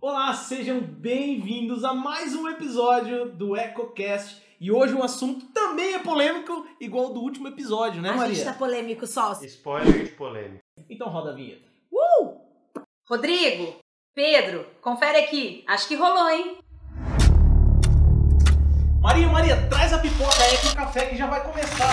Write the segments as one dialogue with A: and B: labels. A: Olá, sejam bem-vindos a mais um episódio do EcoCast. E hoje um assunto também é polêmico, igual ao do último episódio, né,
B: a
A: Maria?
B: gente tá polêmico, sócio.
C: Spoiler de polêmica.
A: Então roda a vinheta.
D: Rodrigo, Pedro, confere aqui. Acho que rolou, hein?
A: Maria, Maria, traz a pipoca aí que o café que já vai começar.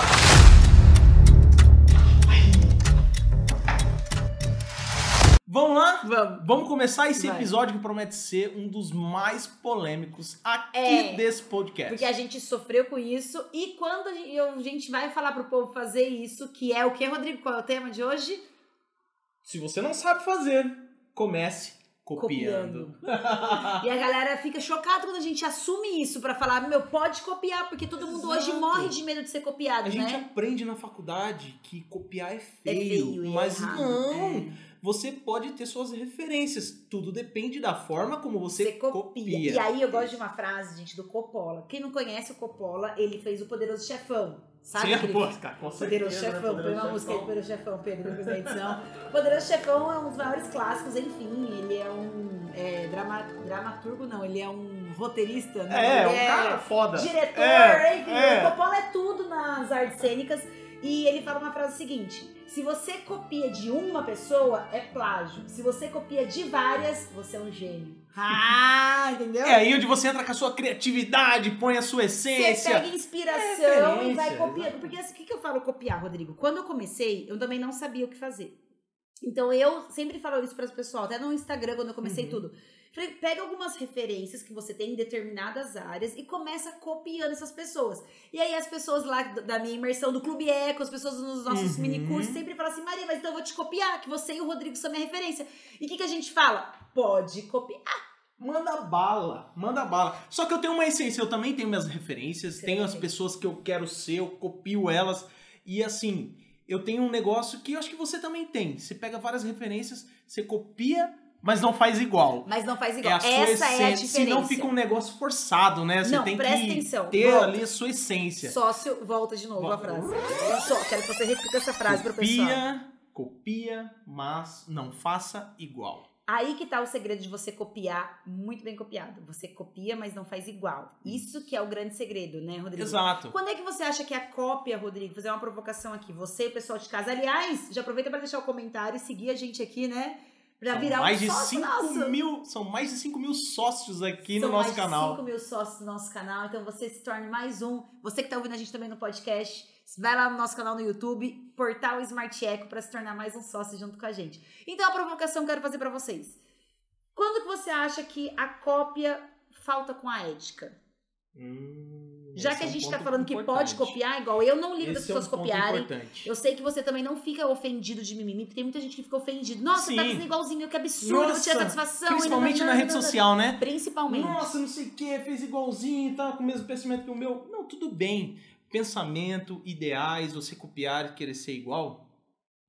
A: Ai. Vamos lá? Va- Vamos começar esse
B: Vai.
A: episódio que promete ser um dos mais polêmicos aqui
B: É,
A: desse podcast.
B: Porque a gente sofreu com isso. E quando a gente- eu- a gente vai falar pro povo fazer isso, que é o que, Rodrigo? Qual é o tema de hoje?
A: Se você não sabe fazer, comece copiando.
B: E a galera fica chocada quando a gente assume isso pra falar, meu, pode copiar, porque todo mundo hoje
A: Exato.
B: morre de medo de ser copiado,
A: a gente
B: né?
A: aprende na faculdade que copiar é
B: É
A: feio,
B: feio, e é
A: mas
B: errado,
A: não.
B: é.
A: Você pode ter suas referências. Tudo depende da forma como você,
B: Você copia. E aí eu gosto de uma frase, gente, do Coppola. Quem não conhece o Coppola, ele fez o Poderoso Chefão. Sabe?
A: Sim,
B: aquele
A: pô, cara, com certeza,
B: Poderoso
A: né?
B: Chefão, põe uma
A: Poderoso
B: música aí
A: Chefão.
B: do Poderoso Chefão, Pedro, depois da edição. Poderoso Chefão é um dos maiores clássicos, enfim, ele é um é, drama- dramaturgo, não, ele é um roteirista, né?
A: É, é
B: Ele
A: um cara foda.
B: diretor,
A: É,
B: enfim,
A: é.
B: o Coppola é tudo nas artes cênicas. E ele fala uma frase seguinte: se você copia de uma pessoa, é plágio. Se você copia de várias, você é um gênio. Ah, entendeu?
A: É aí onde você entra com a sua criatividade, põe a sua
B: Você
A: essência.
B: pega inspiração e
A: Referência,
B: vai copiando.
A: É exato.
B: Porque assim, o que, que eu falo copiar, Rodrigo? Quando eu comecei, eu também não sabia o que fazer. Então eu sempre falo isso para o pessoal, até no Instagram, quando eu comecei
A: Uhum.
B: tudo. Falei, pega algumas referências que você tem em determinadas áreas e começa copiando essas pessoas. E aí as pessoas lá d- da minha imersão, do Clube Eco, as pessoas nos nossos
A: Uhum.
B: mini cursos sempre falam assim, Maria, mas então eu vou te copiar, que você e o Rodrigo são minha referência. E o que, que a gente fala? Pode copiar.
A: Manda bala, manda bala. Só que eu tenho uma essência, eu também tenho minhas referências,
B: Você
A: tenho
B: tem.
A: as pessoas que eu quero ser, eu copio elas. E assim, eu tenho um negócio que eu acho que você também tem. Você pega várias referências, você copia, mas não faz igual.
B: Mas não faz
A: É
B: igual.
A: a sua
B: Essa
A: essência.
B: é a diferença.
A: Senão fica um negócio forçado, né? Você
B: Não,
A: tem
B: presta
A: que
B: atenção.
A: ter
B: Volta.
A: ali a sua essência.
B: Sócio, volta de novo
A: Volta.
B: a frase. Só, quero que você repita essa frase pro pessoal.
A: Copia, copia, mas não faça igual.
B: Aí que tá o segredo de você copiar muito bem copiado. Você copia, mas não faz igual. Isso que é o grande segredo, né, Rodrigo?
A: Exato.
B: Quando é que você acha que a cópia, Rodrigo, fazer uma provocação aqui, você e o pessoal de casa, aliás, já aproveita pra deixar o comentário e seguir a gente aqui, né? Pra
A: São
B: virar
A: mais
B: um
A: de
B: sócio
A: 5
B: nosso.
A: mil, são mais de 5 mil sócios aqui
B: São
A: no nosso
B: mais
A: canal.
B: de 5 mil sócios no nosso canal, então você se torne mais um. Você que tá ouvindo a gente também no podcast, vai lá no nosso canal no YouTube, Portal Smart Eco, pra se tornar mais um sócio junto com a gente. Então a provocação que eu quero fazer pra vocês. Quando que você acha que a cópia falta com a ética?
A: Hum,
B: Já
A: esse
B: que a
A: é um
B: gente tá
A: ponto
B: falando que pode
A: importante.
B: copiar, igual eu não ligo das
A: Esse é um
B: pessoas
A: ponto
B: copiarem.
A: importante.
B: Eu sei que você também não fica ofendido de mimimi, porque tem muita gente que fica ofendido. Nossa, tá
A: Sim.
B: fazendo igualzinho, que absurdo, eu vou tirar
A: Nossa,
B: satisfação. e
A: Principalmente na
B: nananana.
A: rede social, né?
B: Principalmente.
A: Nossa, não sei o que, fez igualzinho, tá com o mesmo pensamento que o meu. Não, tudo bem. Pensamento, ideais, você copiar e querer ser igual,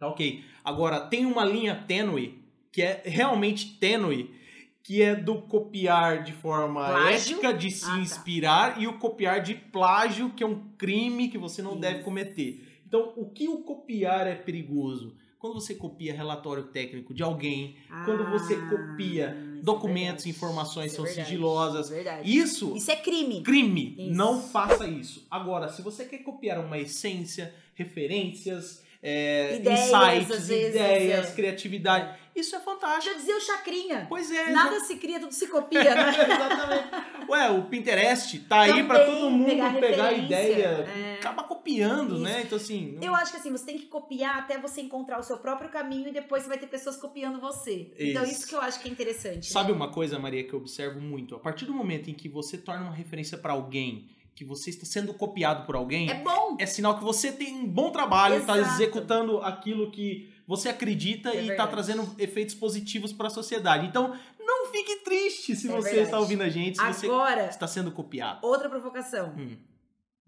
A: tá ok. Agora, tem uma linha tênue, que é realmente tênue, que é do copiar de forma
B: Plágio?
A: ética, de se
B: Ah, tá.
A: inspirar, e o copiar de plágio, que é um crime que você não
B: Isso.
A: deve cometer. Então, o que o copiar é perigoso? Quando você copia relatório técnico de alguém, Quando você copia
B: Ah, isso é
A: documentos,
B: verdade.
A: informações
B: Isso
A: são
B: é verdade.
A: sigilosas.
B: Isso é verdade.
A: isso
B: Isso é crime.
A: crime.
B: Isso.
A: Não faça isso. Agora, se você quer copiar uma essência, referências, é,
B: Ideias,
A: insights,
B: às vezes,
A: ideias,
B: é.
A: criatividade, isso é fantástico.
B: Já dizia o Chacrinha.
A: Pois é.
B: Nada se cria, tudo se copia, né?
A: exa- Exatamente. Ué, o Pinterest tá aí
B: Também
A: pra todo mundo pegar,
B: referência,
A: ideia,
B: é.
A: acaba copiando,
B: Isso.
A: né? Então assim, não-
B: Eu acho que assim, você tem que copiar até você encontrar o seu próprio caminho e depois você vai ter pessoas copiando você. Então
A: Isso.
B: isso que eu acho que é interessante. né?
A: Sabe uma coisa, Maria, que eu observo muito? A partir do momento em que você torna uma referência pra alguém, que você está sendo copiado por alguém,
B: É bom.
A: é sinal que você tem um bom trabalho, está
B: Exato.
A: executando aquilo que você acredita
B: É
A: e está
B: verdade.
A: trazendo efeitos positivos para a sociedade. Então, não fique triste se
B: É
A: você
B: verdade.
A: está ouvindo a gente, se você
B: Agora,
A: está sendo copiado.
B: outra provocação.
A: Hum.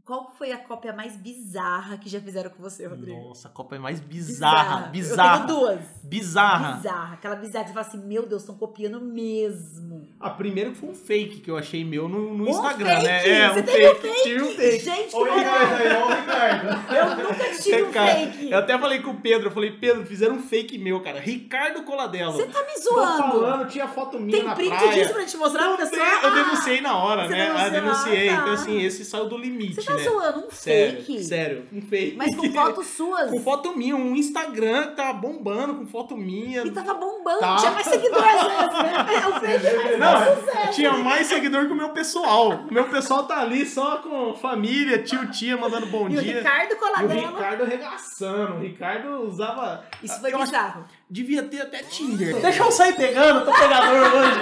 B: Qual foi a cópia mais bizarra que já fizeram com você, Rodrigo?
A: Nossa, a Copa é mais bizarra,
B: Eu
A: bizarra,
B: tenho duas.
A: bizarra.
B: Bizarra. Aquela bizarra que você fala assim, meu Deus, estão copiando mesmo.
A: A primeira que foi um fake que eu achei meu no, no
B: Um
A: Instagram,
B: fake?
A: né? É,
B: Você
A: um
B: teve um
A: fake, tive um fake.
B: Gente, que
A: Ô, Ricardo, aí,
B: legal.
A: ó, Ricardo.
B: Eu nunca tive um
A: Cara,
B: fake.
A: Eu até falei com o Pedro, eu falei, Pedro, fizeram um fake meu, cara. Ricardo Coladello.
B: Você tá me
A: Tô
B: zoando.
A: falando, tinha foto minha
B: Tem
A: na
B: print
A: praia.
B: disso pra te mostrar pra pessoa?
A: Eu
B: Ah,
A: denunciei na hora,
B: Você
A: né? Ah,
B: denunciou,
A: denunciei.
B: tá.
A: Então, assim, esse saiu do limite,
B: Você tá
A: né?
B: zoando um
A: sério,
B: fake.
A: sério, um fake.
B: Mas com fotos suas.
A: Com foto minha, um Instagram que tava bombando com foto minha.
B: E tava bombando,
A: Tá.
B: tinha mais seguidores antes, né? É, o fake mais é
A: Não,
B: sucesso.
A: tinha um mais seguidor que o meu pessoal. O meu pessoal tá ali só com família, tio, tia, mandando bom
B: E o
A: dia.
B: Ricardo
A: E o
B: Coladela.
A: Ricardo arregaçando. O Ricardo usava.
B: Isso foi
A: Eu acho-
B: bizarro.
A: Devia ter até Tinder. Deixa eu sair pegando, eu tô pegador hoje.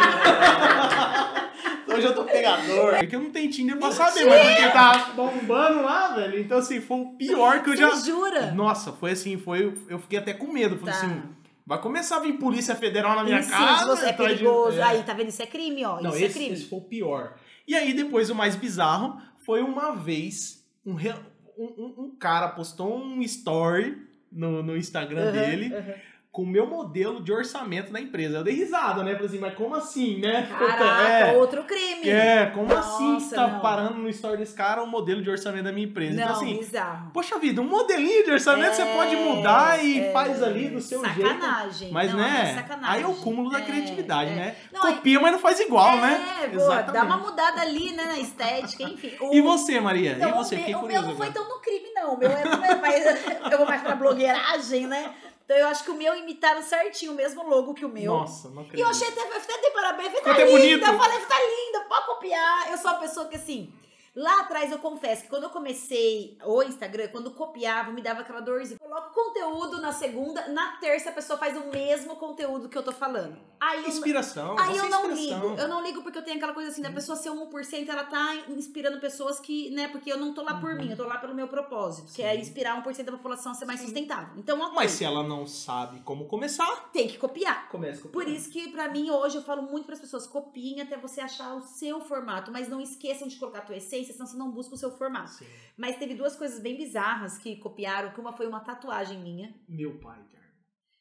A: hoje eu tô pegador. É que eu não tenho Tinder pra saber, mas porque tá bombando lá, velho. Então, assim, foi o pior que eu já.
B: Você jura?
A: Nossa, foi assim, foi. Eu fiquei até com medo. Falei
B: Tá.
A: assim, vai começar a vir Polícia Federal na minha
B: Ensina se
A: casa.
B: você é
A: atrás de-
B: perigoso.
A: É.
B: Aí, tá vendo? Isso é crime, ó.
A: Não,
B: Isso é
A: esse,
B: crime.
A: esse foi o pior. E aí, depois, o mais bizarro foi uma vez um, re- um- um- um cara postou um story no, no Instagram
B: Aham,
A: dele
B: aham.
A: com o meu modelo de orçamento da empresa. Eu dei risada, né? Falei assim, mas como assim, né?
B: Caraca, outro crime.
A: é, é, como assim
B: Nossa,
A: você tá
B: não.
A: parando no story desse cara o modelo de orçamento da minha empresa?
B: Não,
A: então, assim,
B: bizarro.
A: poxa vida, um modelinho de orçamento você
B: É,
A: pode mudar e
B: é,
A: faz ali do seu jeito.
B: Sacanagem.
A: Mas,
B: Não,
A: né?
B: é sacanagem.
A: aí é o cúmulo da
B: É,
A: criatividade,
B: é.
A: né?
B: Não, aí-
A: Copia, mas não faz igual, né?
B: É, pô,
A: Exatamente.
B: dá uma mudada ali, né, na estética, enfim. O-
A: E você, Maria?
B: Então,
A: e você?
B: o,
A: Fiquei
B: meu, o meu
A: curioso
B: não foi
A: agora.
B: tão no crime, não. O meu é, não é mais. Eu vou mais pra blogueiragem, né? Então eu acho que o meu imitaram certinho o mesmo logo que o meu.
A: Nossa, não
B: E
A: acredito.
B: eu achei até, eu até dei parabéns, falei,
A: Ficou
B: tá
A: até
B: linda.
A: bonito.
B: Eu falei, tá linda, pode copiar. Eu sou uma pessoa que assim. Lá atrás eu confesso que quando eu comecei o Instagram, quando eu copiava, me dava aquela dorzinha. Eu Coloco conteúdo na segunda, na terça a pessoa faz o mesmo conteúdo que eu tô falando. Aí eu,
A: Inspiração.
B: Aí
A: você é
B: eu não
A: inspiração. Uhum.
B: ligo, eu não ligo porque eu tenho aquela coisa assim, da pessoa ser 1%, ela tá inspirando pessoas que, né, porque eu não tô lá por
A: Uhum.
B: mim, eu tô lá pelo meu propósito, que
A: Sim.
B: é inspirar 1% da população a ser mais sustentável. Então, ok,
A: Mas se ela não sabe como começar,
B: tem que copiar.
A: começa com
B: Por isso que, pra mim, hoje eu falo muito pras pessoas, copiem até você achar o seu formato, mas não esqueçam de colocar a tua essência, senão você não busca o seu formato.
A: Sim.
B: Mas teve duas coisas bem bizarras que copiaram, que uma foi uma tatuagem minha,
A: Meu pai, cara.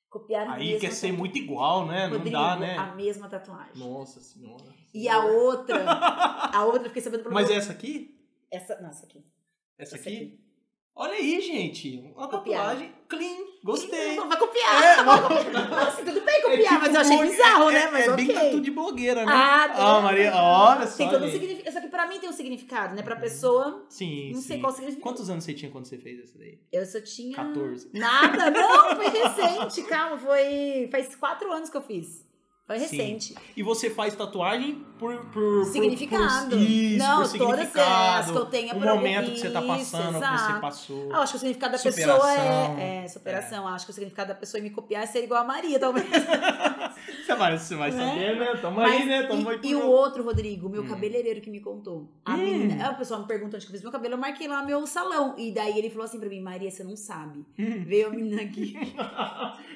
B: copiaram
A: Aí
B: mesmo
A: quer
B: a
A: ser
B: tatu-
A: muito igual, né?
B: Rodrigo,
A: não dá, né?
B: a mesma tatuagem.
A: Nossa senhora.
B: E a outra, a outra eu fiquei sabendo pelo
A: Mas é-
B: meu-
A: essa aqui?
B: Essa, não, essa aqui.
A: Essa
B: Essa
A: aqui? Olha aí, gente. Uma
B: Copiar.
A: tatuagem clean. Gostei.
B: Vai copiar.
A: É, mas-
B: Nossa, tudo bem copiar,
A: É tipo
B: mas eu achei
A: blog-
B: bizarro,
A: é,
B: né? Mas
A: é
B: ok.
A: bem tatu de blogueira, né?
B: Ah,
A: Ah,
B: tem-
A: Maria, olha só,
B: Tem todo um
A: gente.
B: significado. Só que pra mim tem um significado, né? Pra pessoa,
A: Sim,
B: não
A: sim.
B: sei qual Ah. significado.
A: Quantos anos você tinha quando você fez essa daí?
B: Eu só tinha...
A: 14.
B: Nada, não, foi recente, calma, foi... Faz quatro anos que eu fiz. Foi
A: Sim.
B: recente.
A: E você faz tatuagem por. por por-
B: significado.
A: Por, isso,
B: não,
A: por
B: todas as
A: significado.
B: que eu tenho é
A: o
B: pra-
A: momento que você tá
B: Isso,
A: passando, o que
B: exato.
A: você passou.
B: Ah, eu acho que o significado da pessoa
A: Superação.
B: é, é superação. Acho que o significado da pessoa em me copiar é ser igual a Maria, talvez.
A: Você vai, você vai
B: Né?
A: saber, né? Tamo
B: Mas-
A: aí, né? Tamo aí
B: e, e
A: por-
B: o outro, Rodrigo, meu
A: Hum.
B: cabeleireiro que me contou. A
A: Hum.
B: menina, a pessoa me perguntou onde que eu fiz meu cabelo, eu marquei lá meu salão. E daí ele falou assim pra mim, Maria, você não sabe.
A: Hum.
B: Veio a menina aqui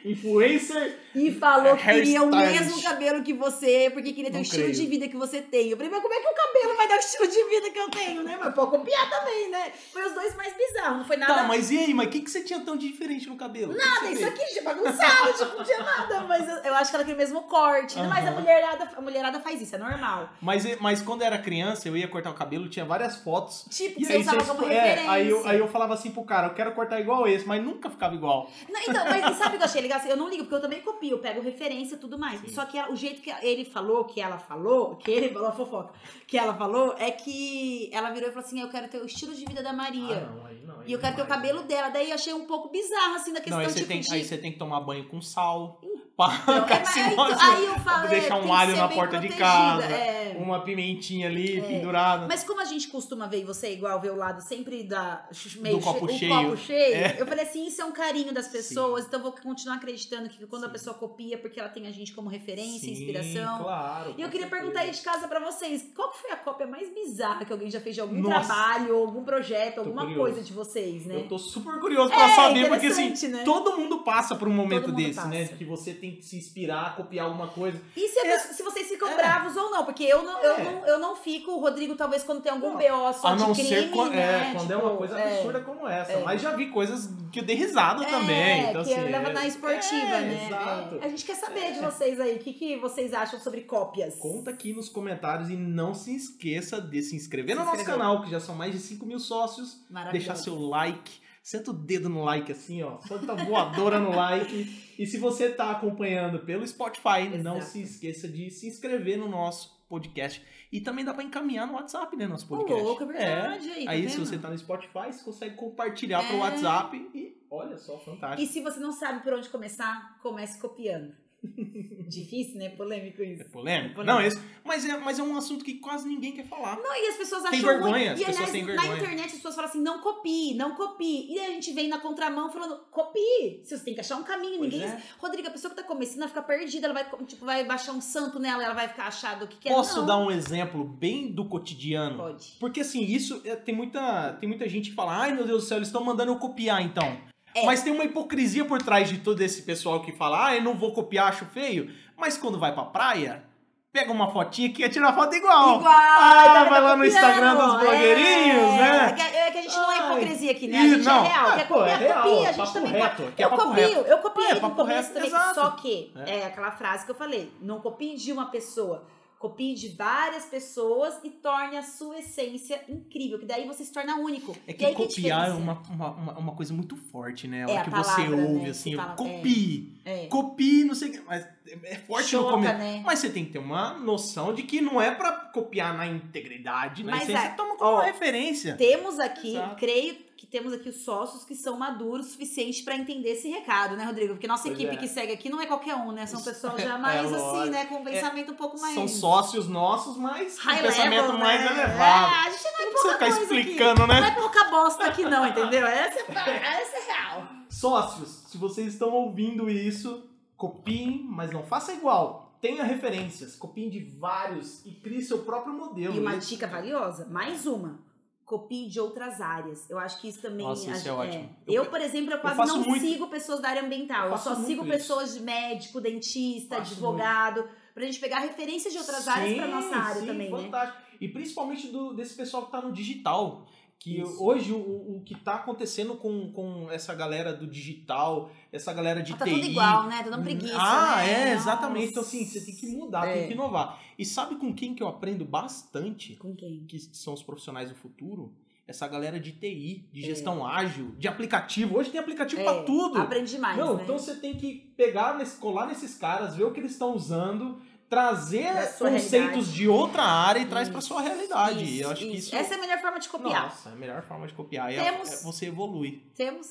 A: Influencer.
B: e falou que
A: Hair
B: queria o
A: stylist.
B: mesmo cabelo que você, porque queria ter
A: Não
B: o estilo
A: creio.
B: de vida que você tem. Eu falei, mas como é que o cabelo vai dar o estilo de vida que eu tenho, né? Mas pode copiar também, né? Foi os dois mais bizarros, não foi nada...
A: Tá, mas e aí? Mas o que, que você tinha tão de diferente no cabelo?
B: Nada, isso aqui já é bagunçado, tipo, não tinha nada. Mas eu, eu acho que ela queria o mesmo corte. né?
A: Aham.
B: Mas a mulherada, a mulherada faz isso, é normal.
A: Mas, mas quando eu era criança, eu ia cortar o cabelo, tinha várias fotos.
B: Tipo,
A: E
B: você
A: aí,
B: usava
A: você-
B: como
A: é,
B: referência.
A: aí, eu, aí eu falava assim pro cara, eu quero cortar igual esse, mas nunca ficava igual.
B: Não, então, mas sabe o que eu achei legal? Assim, Eu não ligo, porque eu também copio, eu pego referência e tudo mais.
A: Sim.
B: Só que ela- o jeito que ele falou, que ela falou, que ele falou a fofoca, que ela falou, é que ela virou e falou assim: eu quero ter o estilo de vida da Maria.
A: Ah, não, aí não, aí
B: e eu quero ter o
A: vai.
B: cabelo dela. Daí eu achei um pouco bizarro, assim, da questão
A: Não, aí você,
B: tipo
A: tem,
B: de.
A: aí você tem que tomar banho com sal. Pra
B: Então, é,
A: pra
B: mas
A: se
B: aí, então,
A: mostrar.
B: aí eu falo,
A: deixar
B: é,
A: um
B: tem que
A: alho
B: ser
A: na
B: bem
A: porta de
B: protegida,
A: casa.
B: é.
A: uma pimentinha ali pendurada.
B: Mas como a gente costuma ver, e você é igual, ver o lado sempre da meio
A: copo
B: che- o
A: cheio.
B: copo cheio, eu falei assim, isso é um carinho das pessoas, então eu vou continuar acreditando que quando a
A: Sim.
B: pessoa copia, porque ela tem a gente como referência,
A: Sim,
B: inspiração.
A: Claro.
B: E eu
A: com
B: queria
A: certeza.
B: perguntar aí de casa pra vocês, qual que foi a cópia mais bizarra que alguém já fez de algum
A: Nossa.
B: trabalho, ou algum projeto, alguma
A: curioso.
B: coisa de vocês, né? É,
A: Eu tô super curioso pra saber, porque assim,
B: interessante, né?
A: todo mundo passa por um momento
B: mundo
A: desse,
B: passa.
A: né? Que você tem que se inspirar, copiar alguma coisa.
B: E se, a pessoa- se vocês ficam ficam
A: É.
B: bravos ou não, porque eu não, eu,
A: É.
B: não, eu não fico, o Rodrigo talvez quando tem algum
A: Não.
B: BO só
A: A não
B: de crime,
A: ser quan- é,
B: né?
A: quando é
B: tipo,
A: uma coisa
B: é.
A: absurda como essa.
B: é.
A: Mas já vi coisas que eu dei risada
B: É,
A: também. Então,
B: que
A: assim,
B: leva
A: é-
B: na esportiva,
A: é,
B: né?
A: Exato. É.
B: A gente quer saber de vocês aí, o que, que vocês acham sobre cópias?
A: Conta aqui nos comentários e não se esqueça de se inscrever
B: Se
A: no nosso
B: inscrever.
A: canal, que já são mais de 5 mil sócios.
B: Maravilhoso.
A: Deixar seu like. Senta o dedo no like assim, ó. Senta a voadora no like. E se você tá acompanhando pelo Spotify, não
B: Exato.
A: se esqueça de se inscrever no nosso podcast. E também dá pra encaminhar no WhatsApp, né? Nosso
B: Ô,
A: podcast.
B: louco, é verdade. Aí, tá
A: Aí, se
B: vendo?
A: você tá no Spotify, você consegue compartilhar pro
B: É.
A: WhatsApp e olha só, fantástico.
B: E se você não sabe por onde começar, comece copiando. Difícil, né? Polêmico
A: É
B: isso.
A: polêmico?
B: polêmico.
A: Não, é isso. Mas é, mas é um assunto que quase ninguém quer falar.
B: Não, e as pessoas
A: Tem
B: acham
A: vergonha, as
B: ruim. E
A: pessoas
B: aliás,
A: têm
B: na
A: vergonha.
B: internet as pessoas falam assim: não copie, não copie. E aí a gente vem na contramão falando: copie. Se você tem que achar um caminho,
A: Pois
B: ninguém.
A: é.
B: Rodrigo, a pessoa que tá começando vai ficar perdida, ela vai, tipo, vai baixar um santo nela, ela vai ficar achada o que quer.
A: Posso
B: não,
A: dar um exemplo bem do cotidiano?
B: Pode.
A: Porque assim, isso é, tem muita, tem muita gente que fala: ai meu Deus do céu, eles estão mandando eu copiar então.
B: É.
A: Mas tem uma hipocrisia por trás de todo esse pessoal que fala: ah, eu não vou copiar, acho feio. Mas quando vai pra praia, pega uma fotinha que ia tirar foto igual.
B: Igual! né? tá
A: Ah,
B: ela
A: tava lá no
B: copiando,
A: Instagram dos blogueirinhos,
B: é.
A: né?
B: É que, é que a gente não é
A: Ai.
B: hipocrisia aqui, né? A
A: Ih,
B: gente
A: não.
B: é real.
A: Ah,
B: quer
A: pô,
B: copiar,
A: é real,
B: copia, a gente
A: papo
B: também
A: reto,
B: copia.
A: que é
B: eu
A: papo
B: copio, eu copiei
A: É,
B: no
A: papo
B: começo
A: reto,
B: também.
A: exato.
B: Só que,
A: É.
B: é. aquela frase que eu falei, não copie de uma pessoa. Copie de várias pessoas e torne a sua essência incrível, que daí você se torna único.
A: É
B: E
A: que
B: aí,
A: copiar é
B: diferença?
A: uma, uma, uma- uma coisa muito forte, né? A
B: assim. É,
A: hora
B: a
A: que você
B: palavra, né,
A: ouve,
B: que
A: assim,
B: fala-
A: copie,
B: É.
A: copie, não sei o que. Mas é é forte no
B: Choca,
A: começo.
B: né?
A: Mas você tem que ter uma noção de que não é pra copiar na integridade, na
B: Mas
A: essência.
B: é,
A: Você toma como
B: ó,
A: referência.
B: Temos aqui,
A: Exato.
B: creio que temos aqui os sócios que são maduros o suficiente pra entender esse recado, né, Rodrigo? Porque nossa
A: Pois
B: equipe
A: é.
B: que segue aqui não é qualquer um, né? São
A: Isso- É,
B: pessoal já mais assim,
A: lógico. É,
B: né? Com um pensamento um pouco mais.
A: São sócios nossos, mas com
B: high
A: pensamento
B: level,
A: mais
B: né?
A: elevado.
B: É, a gente não é
A: Não
B: pouca
A: precisa ficar
B: coisa
A: explicando,
B: aqui. Não
A: né?
B: é pouca bosta aqui, não, entendeu? Essa é, essa é real.
A: Sócios, se vocês estão ouvindo isso, copiem, mas não faça igual. Tenha referências, copiem de vários e crie seu próprio modelo.
B: E uma
A: Isso-
B: dica valiosa, mais uma. Copie de outras áreas. Eu acho que isso também
A: Nossa, isso
B: a gente-
A: é ótimo.
B: Eu,
A: Eu-
B: por exemplo, eu quase
A: faço
B: não
A: muito-
B: sigo pessoas da área ambiental.
A: Eu
B: Eu,
A: faço
B: só sigo
A: muito
B: pessoas de médico, dentista,
A: Faço
B: advogado, pra gente pegar referências de outras áreas pra nossa área
A: sim,
B: também, né?
A: fantástico. E principalmente do- desse pessoal que tá no digital. Que
B: Isso.
A: hoje o, o que tá acontecendo com, com essa galera do digital, essa galera de
B: Ah, tá
A: TI.
B: tudo igual, né? Tá dando preguiça.
A: ah,
B: né?
A: é,
B: Nossa.
A: exatamente. Então, assim, você tem que mudar,
B: É.
A: tem que inovar. E sabe com quem que eu aprendo bastante,
B: Com quem?
A: que são os profissionais do futuro? Essa galera de TI, de gestão ágil, de aplicativo. Hoje tem aplicativo pra
B: É,
A: tudo.
B: Aprende mais.
A: Não,
B: né?
A: então você tem que pegar, nesse- colar nesses caras, ver o que eles estão usando, trazer
B: Da sua
A: conceitos
B: realidade.
A: de outra área e traz
B: Isso,
A: pra sua realidade. Eu acho que isso.
B: Essa é a melhor forma de copiar.
A: Nossa, é a melhor forma de copiar é, a-
B: Temos-
A: é você evolui.
B: Temos?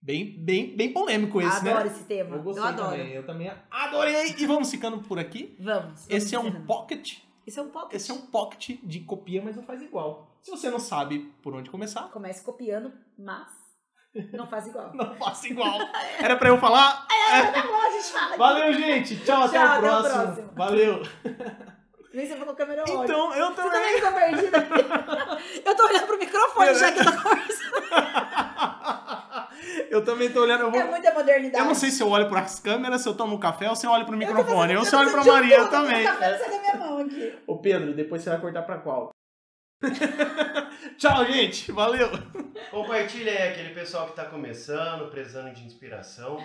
A: Bem, bem, bem polêmico esse,
B: adoro
A: né?
B: esse tema.
A: Eu
B: Eu,
A: gostei
B: adoro.
A: também. Eu também adorei. E vamos ficando por aqui.
B: Vamos. vamos
A: Esse é um
B: encerrando.
A: pocket.
B: Esse é um pocket.
A: Esse é um pocket de copia, mas não faz igual. Se você não sabe por onde começar,
B: Começa copiando, mas não faz igual.
A: não é? faça igual. Era pra eu falar.
B: tá bom, a gente fala.
A: Valeu, gente. Tchau, até,
B: Tchau,
A: o
B: até o
A: próximo.
B: próximo. Tá
A: Valeu.
B: Nem se eu vou com a câmera eu olho.
A: Então, eu
B: Você
A: também.
B: também ficou perdida? eu tô olhando pro microfone já que eu tô conversando.
A: eu também tô olhando. Eu, vou-
B: É muita modernidade.
A: eu não sei se eu olho pras câmeras, se eu tomo um café ou se eu olho pro
B: Eu tô
A: microfone.
B: fazendo-
A: Eu se eu olho pra
B: fazendo de
A: Maria
B: tudo,
A: também.
B: O café não sai da minha mão aqui.
A: Ô Pedro, depois você vai cortar pra qual? Tchau, gente. Valeu.
C: tá Compartilha aí aquele pessoal que está começando, precisando de inspiração.